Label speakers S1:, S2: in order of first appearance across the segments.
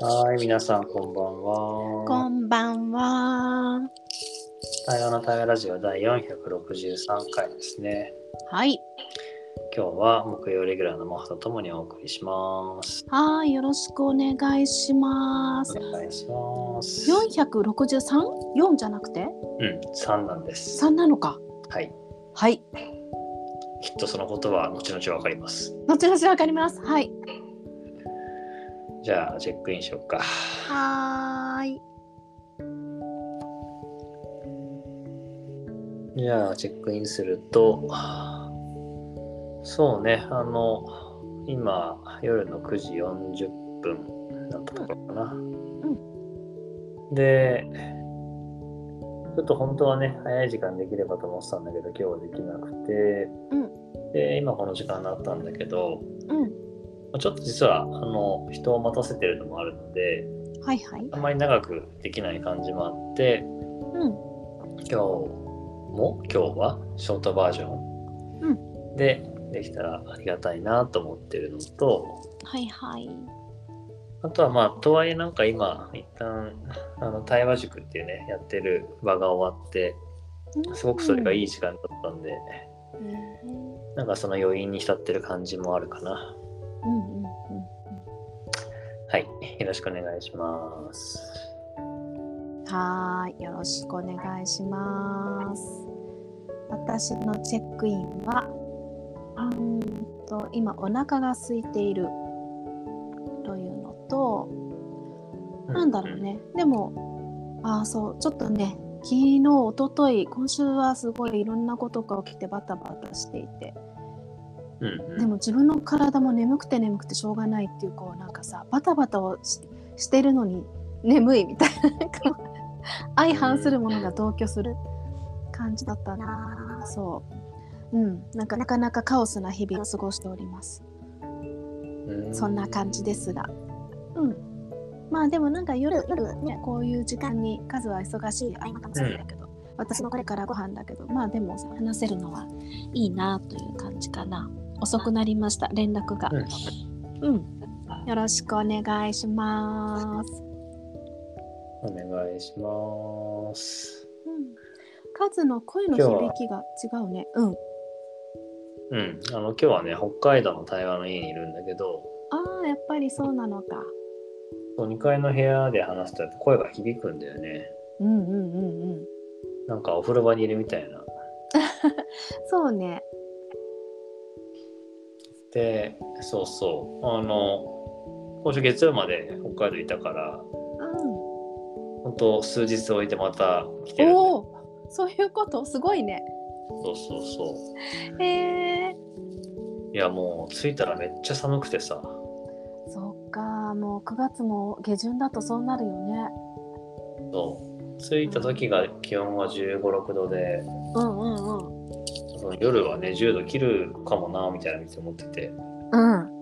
S1: はい、皆さん、こんばんは。
S2: こんばんは。
S1: 対話の対話ラジオ第463回ですね。
S2: はい。
S1: 今日は木曜レギュラーのマハとともにお送りします。
S2: はい、よろしくお願いしま
S1: お
S2: す。
S1: 願いします。
S2: 463?4 じゃなくて
S1: うん、3なんです。
S2: 3なのか。
S1: はい。
S2: はい。
S1: きっとそのことは後々わかります。
S2: 後々わかります。はい。
S1: じゃあ、チェックインしようか。
S2: はーい。
S1: じゃあ、チェックインすると、そうね、あの、今、夜の9時40分だったところかな。で、ちょっと本当はね、早い時間できればと思ってたんだけど、今日はできなくて、で、今この時間になったんだけど、
S2: うん。
S1: ちょっと実は、あの、人を待たせてるのもあるので、
S2: はいはい。
S1: あんまり長くできない感じもあって、
S2: うん。
S1: 今日も今日はショートバージョン、
S2: う
S1: でできたらありがたいなと思ってるのと
S2: はいはい。
S1: あとはまあとはいえなんか今一旦あの対話塾っていうねやってる場が終わってすごくそれがい
S2: い。
S1: い時間だったんで、
S2: うん
S1: なんかその余韻に浸ってる感じもあるかな
S2: うん
S1: はいよろしくお願いします
S2: うん。はーい。よろしくお願いします。私のチェックインは、うーんと、今お腹が空いているというのと、なんだろうね、でもああそうちょっとね昨日一昨日今週はすごいいろんなことが起きてバタバタしていて
S1: うんうん
S2: でも自分の体も眠くて眠くてしょうがないっていうこうなんかさバタバタをししてるのに眠いみたいななんか相反するものが同居する感じだったなそううんなんかなかなかカオスな日々を過ごしております
S1: うん
S2: そんな感じですが。うん。まあでもなんか夜、夜ね、こういう時間に数は忙しい合間かもしれないけど、私もこれからご飯だけど、まあでも話せるのはいいなという感じかな。遅くなりました、連絡が。
S1: うん
S2: うん。よろしくお願いします。
S1: お願いします
S2: うん。数の声の響きが違うね。うん。
S1: うんあの今日はね北海道の台湾の家にいるんだけど
S2: ああ、やっぱりそうなのか。
S1: そう2階の部屋で話すとやっぱ声が響くんだよね
S2: うんうんうんうん。
S1: なんかお風呂場にいるみたいな
S2: そうね。
S1: でそうそうあの今週月曜まで北海道いたから
S2: う
S1: ほんと数日置いてまた来て
S2: ん。
S1: るんだ
S2: お
S1: よ
S2: お、そういうことすごいね。
S1: そうそうそ
S2: へえ。
S1: ういやもう着いたらめっちゃ寒くてさ
S2: そっか、もう9月も下旬だとそうなるよね。
S1: そう着いた時が気温が1 5 6度で
S2: うんうん
S1: その夜はね10度切るかもなみたいな見て思ってて
S2: うん。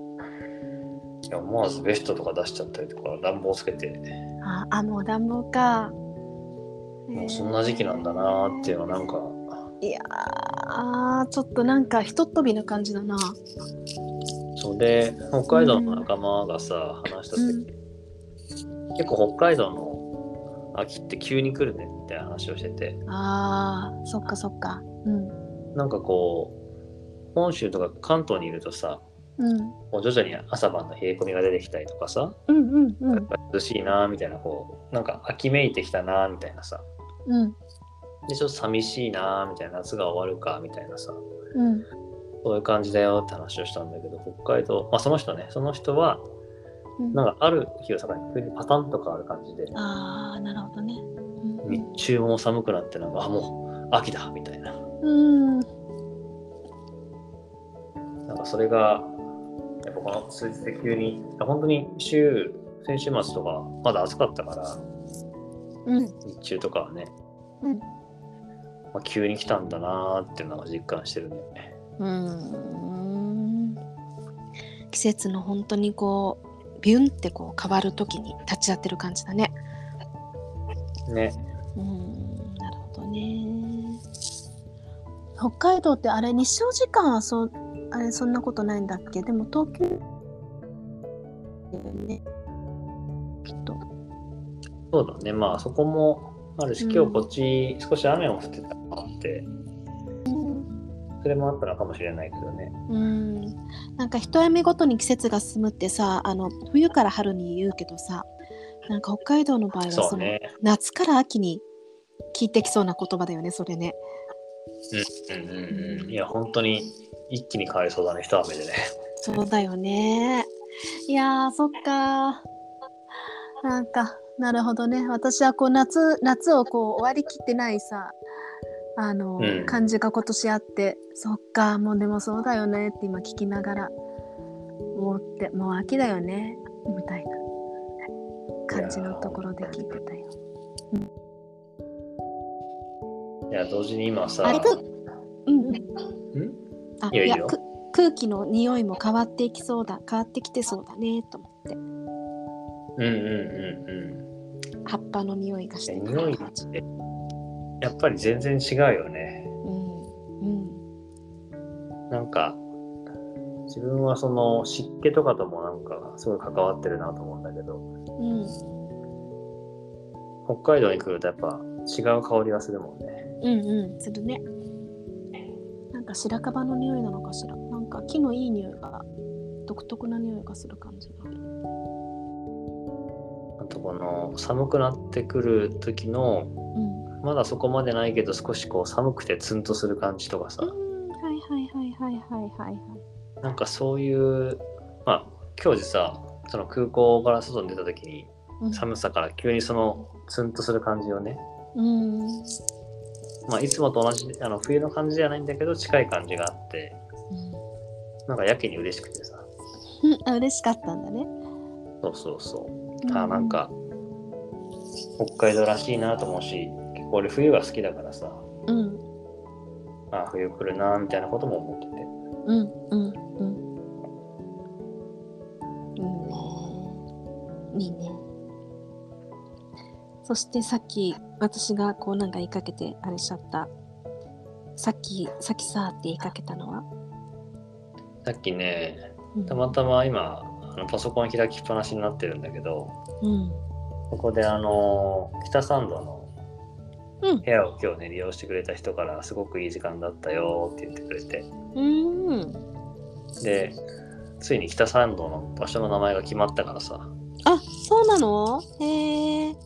S1: いや思わずベストとか出しちゃったりとか暖房つけて
S2: うん。あ、あもう暖房か。
S1: もうそんな時期なんだなーっていうのはなんか
S2: えー。いやー、ちょっとなんかひとっ飛びな感じだな。
S1: そうで北海道の仲間がさ、話した時、結構北海道の秋って急に来るねって話をしてて
S2: あー、そっかそっか。うん。
S1: なんかこう本州とか関東にいるとさ
S2: うん。
S1: こう徐々に朝晩の冷え込みが出てきたりとかさ、
S2: うんうんう
S1: やっ
S2: ん。
S1: ぱ涼しいなーみたいなこうなんか秋めいてきたなーみたいなさ
S2: うん。
S1: でちょっと寂しいなーみたいな夏が終わるかみたいなさ
S2: うん。
S1: そういう感じだよって話をしたんだけど北海道、まあ、その人ねその人は
S2: うん、
S1: なんかある日を境に急にパタンと変わる感じで
S2: あー、なるほどね。
S1: 日中も寒くなってなんかあもう秋だみたいな
S2: うん。うん。
S1: なんかそれがやっぱこの数日で急に本当に週先週末とかまだ暑かったから
S2: うん。
S1: 日中とかはね、
S2: うん
S1: まあ、急に来たんだなーっていうのが実感してるね
S2: うーん季節の本当にこうビュンってこう変わる時に立ち会ってる感じだね。
S1: ね
S2: うんなるほどね。北海道ってあれ日照時間はそあれそんなことないんだっけでも東京だよねきっと。
S1: そうだね、まあそこもあるし、
S2: うん
S1: 今日こっち少し雨も降ってたのもあって、それもあったのかもしれないけどね。
S2: うん、なんか一雨ごとに季節が進むってさあの冬から春に言うけどさなんか北海道の場合は
S1: そ
S2: そうの、
S1: ね。
S2: 夏から秋に聞いてきそうな言葉だよねそれね。
S1: うんうんうん。いや、本当に一気に変わりそうだね、一雨でね。
S2: そうだよね。いやーそっかー。なんかなるほどね。私はこう夏夏をこう終わりきってないさあの、
S1: うん
S2: 感じが今年あってそっかもうでもそうだよねって今聞きながら思ってもう秋だよねみたいな感じのところで聞いてたよ。
S1: いや、同時に今さ、
S2: あれくうん
S1: ん
S2: あ
S1: いやいいよ
S2: く空気の匂いも変わっていきそうだ変わってきてそうだねと思っ
S1: うんうんう
S2: て
S1: んうん。
S2: 葉っぱの匂いがしてくる
S1: 匂いっ
S2: 感じ
S1: て、やっぱり全然違うよね。
S2: うんうん
S1: なんか、自分はその湿気とかともなんかすごい関わってるなと思うんだけど、
S2: うん
S1: 北海道に来るとやっぱ違う香りがするもんね。
S2: うんうんするねなんか白樺の匂いなのかしらなんか木のいい匂いが独特な匂いがする感じがあ
S1: あ
S2: る
S1: とこの寒くなってくる時の
S2: うんうん
S1: まだそこまでないけど少しこう寒くてツンとする感じとかさ
S2: はいはいはいはいはいはいはい
S1: なんかそういうまあ今日さその空港から外に出た時に
S2: うん
S1: 寒さから急にそのツンとする感じをね、
S2: うんうん
S1: まあ、いつもと同じあの冬の感じじゃないんだけど近い感じがあってなんかやけに嬉しくてさ
S2: あ嬉しかったんだね
S1: そうそうそうあなんか北海道らしいなと思うし結構俺冬が好きだからさ
S2: うん
S1: あ冬来るなみたいなことも思ってて。
S2: うんうんうん。いいね。いいね。そしてさっき私がこうなんか言いかけてあれしちゃった。さっき、さっきさーって言いかけたのは。
S1: さっきね、
S2: うん
S1: たまたま今、あのパソコン開きっぱなしになってるんだけど、
S2: うん。
S1: ここであの、北参道の
S2: うん
S1: 部屋を今日ね、利用してくれた人から、すごくいい時間だったよって言ってくれて、
S2: うん。
S1: で、ついに北参道の場所の名前が決まったからさ、
S2: あ、そうなのへえ。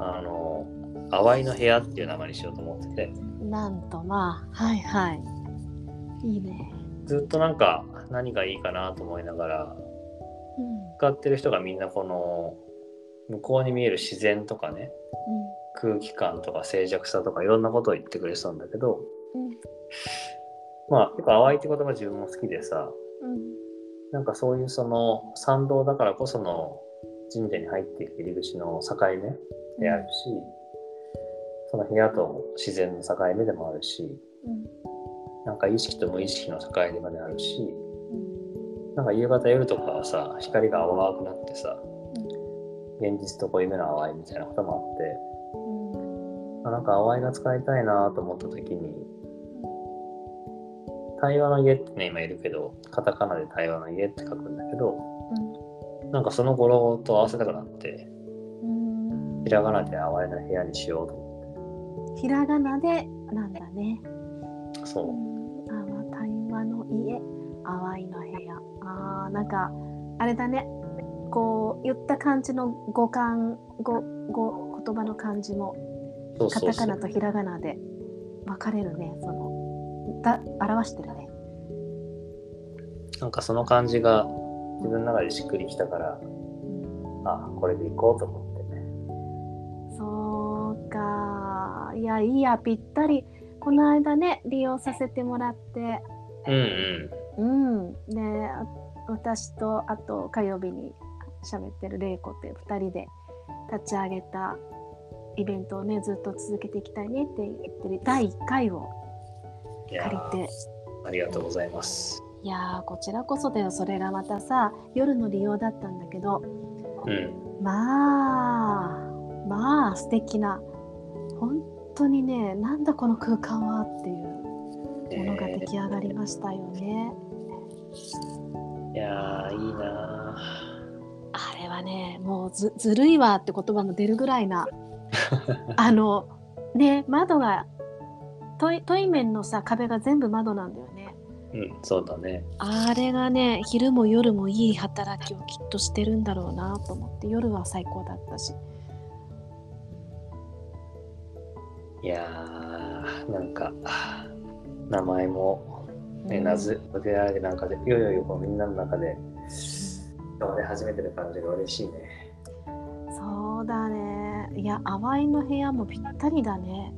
S1: あの、淡いの部屋っていう名前にしようと思ってて、
S2: なんとまあ、はいはい。いいね。
S1: ずっとなんか何がいいかなと思いながら、
S2: うん。
S1: 使ってる人がみんなこの、向こうに見える自然とかね、空気感とか静寂さとかいろんなことを言ってくれてたんだけど、
S2: うん。
S1: まあ、結構淡いって言葉自分も好きでさ、
S2: うん。
S1: なんかそういうその参道だからこその神社に入っていく入り口の境目であるし、その部屋と自然の境目でもあるし、
S2: うん。
S1: なんか意識と無意識の境目まであるし、なんか夕方夜とかはさ、光が淡くなってさ、現実とこう夢の淡いみたいなこともあって、
S2: う
S1: あ
S2: ん。
S1: なんか淡いが使いたいなと思った時に、対話の家ってね、今いるけど、カタカナで対話の家って書くんだけど、
S2: うん。
S1: なんかその語呂と合わせたくなって、
S2: うん
S1: ひらがなで淡いの部屋にしようと思
S2: ひらがなでなんだね。
S1: って。
S2: あ
S1: そう。
S2: わ対話の家、淡いの部屋。ああ、なんかあれだね。こう言った感じの語感、語語言葉の感じも
S1: そう
S2: カ
S1: そう
S2: タカ
S1: そ
S2: ナ
S1: う。
S2: とひらがなで分かれるね。そのだ表してるね。
S1: なんかその感じが自分の中でしっくりきたから、あこれでいこうと思ってね。
S2: そうか。いやいいやぴったり。この間ね利用させてもらって
S1: うん
S2: うん、であ私とあと火曜日に喋ってる玲子っていう2人で立ち上げたイベントをねずっと続けていきたいねって言ってる第1回を
S1: うん。いや
S2: 借り
S1: ー
S2: て
S1: ありがとうございます。
S2: いやーこちらこそだよそれがまたさ夜の利用だったんだけど
S1: うん。
S2: まあまあ素敵な本当にねなんだこの空間はっていうものが出来上がりましたよね。
S1: えーいやーいいな
S2: あれはねもうずずるいわって言葉も出るぐらいなあのね窓がトイトイ面のさ壁が全部窓なんだよね
S1: うん、そうだね。
S2: あれがね昼も夜もいい働きをきっとしてるんだろうなと思って夜は最高だったし
S1: いやー、なんか、名前も、ね、
S2: うん
S1: 名付けられてなんかで、いよいよこうみんなの中で、生まれ始めてる感じが嬉しいね。
S2: そうだねいや淡いの部屋もぴったりだね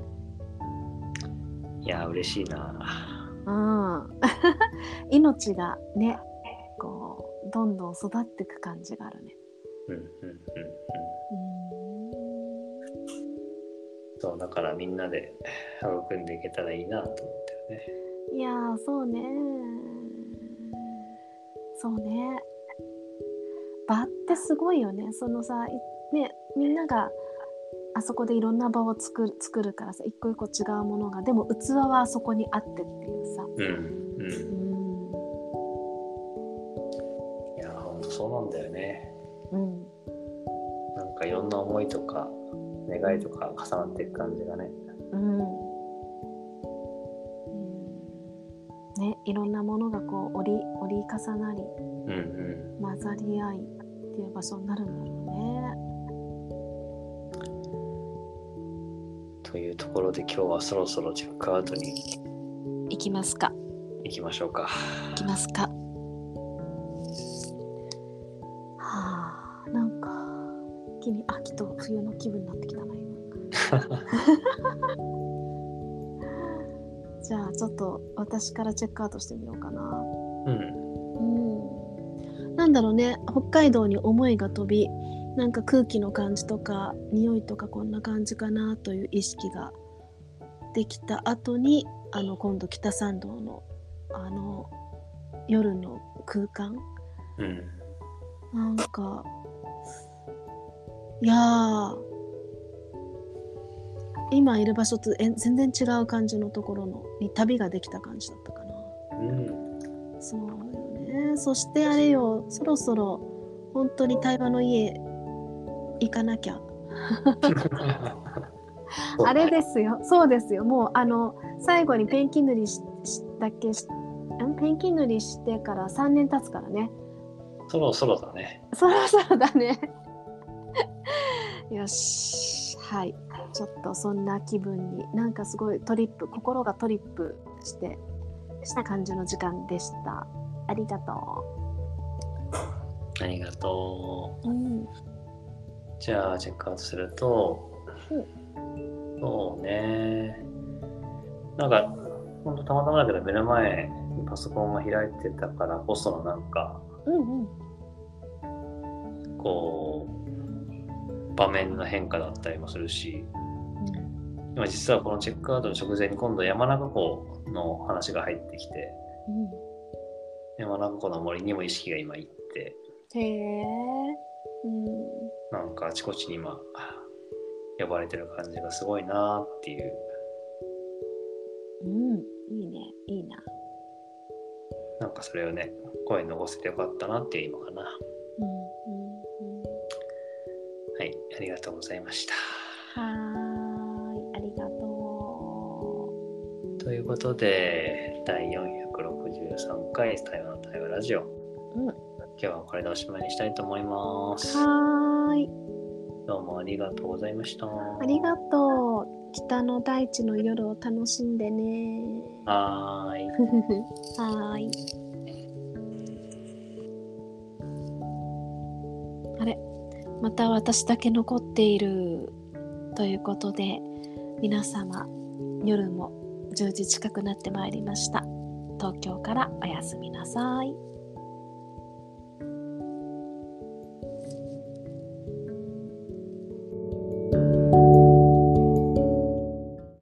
S1: いやー、嬉しいな。
S2: うん 命がねこうどんどん育っていく感じがあるね
S1: うんうんうんうん。そう、だからみんなで育んでいけたらいいなと思ってるね。
S2: いやーそうねそうね場ってすごいよねそのさいねみんながあそこでいろんな場を作る作るからさ一個一個違うものがでも器はあそこにあってっていうさ
S1: うんうん。
S2: う
S1: いやー、ほんとそうなんだよね。
S2: ん、うん、
S1: なんかいろんな思いとか、願いとか重なっていく感じがね。
S2: うんね、いろんなものがこう折り折り重なり
S1: うんうん。
S2: 混ざり合いっていう場所になるんだろ
S1: というところで今日はそろそろチェックアウトに
S2: うね。行きますか
S1: 行きましょうか。
S2: 行きますか。はあなんか気に秋と冬の気分になってきたな今。 じゃあちょっと私からチェックアウトしてみようか
S1: う
S2: な。
S1: ん。
S2: うんなんだろうね北海道に思いが飛びなんか空気の感じとか匂いとかこんな感じかなという意識ができた後にあの今度北参道のあの夜の空間
S1: うん。
S2: なんかいやー今いる場所とえ全然違う感じのところのに旅ができた感じだったかな。
S1: うん。
S2: そうよね。そしてあれよ、そろそろ本当に対話の家行かなきゃ。 あれですよ、そうですよ。もうあの最後にペンキ塗りししだけし、んペンキ塗りしてから3年経つからね。
S1: そろそろだね。
S2: そろそろだね。 よし、はい。ちょっとそんな気分に、なんかすごいトリップ、心がトリップしてした感じの時間でした。ありがと
S1: ありがと
S2: う。うん、
S1: う。じゃあチェックアウトすると、そうね。なんか、ほんとたまたまだけど目の前にパソコンが開いてたからこそのなんか、
S2: うん、うん。
S1: こう、場面の変化だったりもするし、今実はこのチェックアウトの直前に今度山中湖の話が入ってきて、
S2: うん
S1: 山中湖の森にも意識が今行って
S2: へえ。うん。
S1: なんかあちこちに今呼ばれてる感じがすごいなっていう
S2: うん。いいね。いいな。
S1: なんかそれをね声に残せてよかったなっていう今かなは
S2: うん。うん。
S1: いありがとうございました
S2: はーい。ありがと
S1: ということで第463回台湾の対話ラジオ、
S2: うん
S1: 今日はこれでおしまいにしたいと思います
S2: う。はーい。
S1: どうもありがとうございました
S2: ありがとう。北の大地の夜を楽しんでね。
S1: はーい
S2: はーい。あれ、また私だけ残っているということで、皆様、夜も10時近くなってまいりました。東京からおやすみなさい。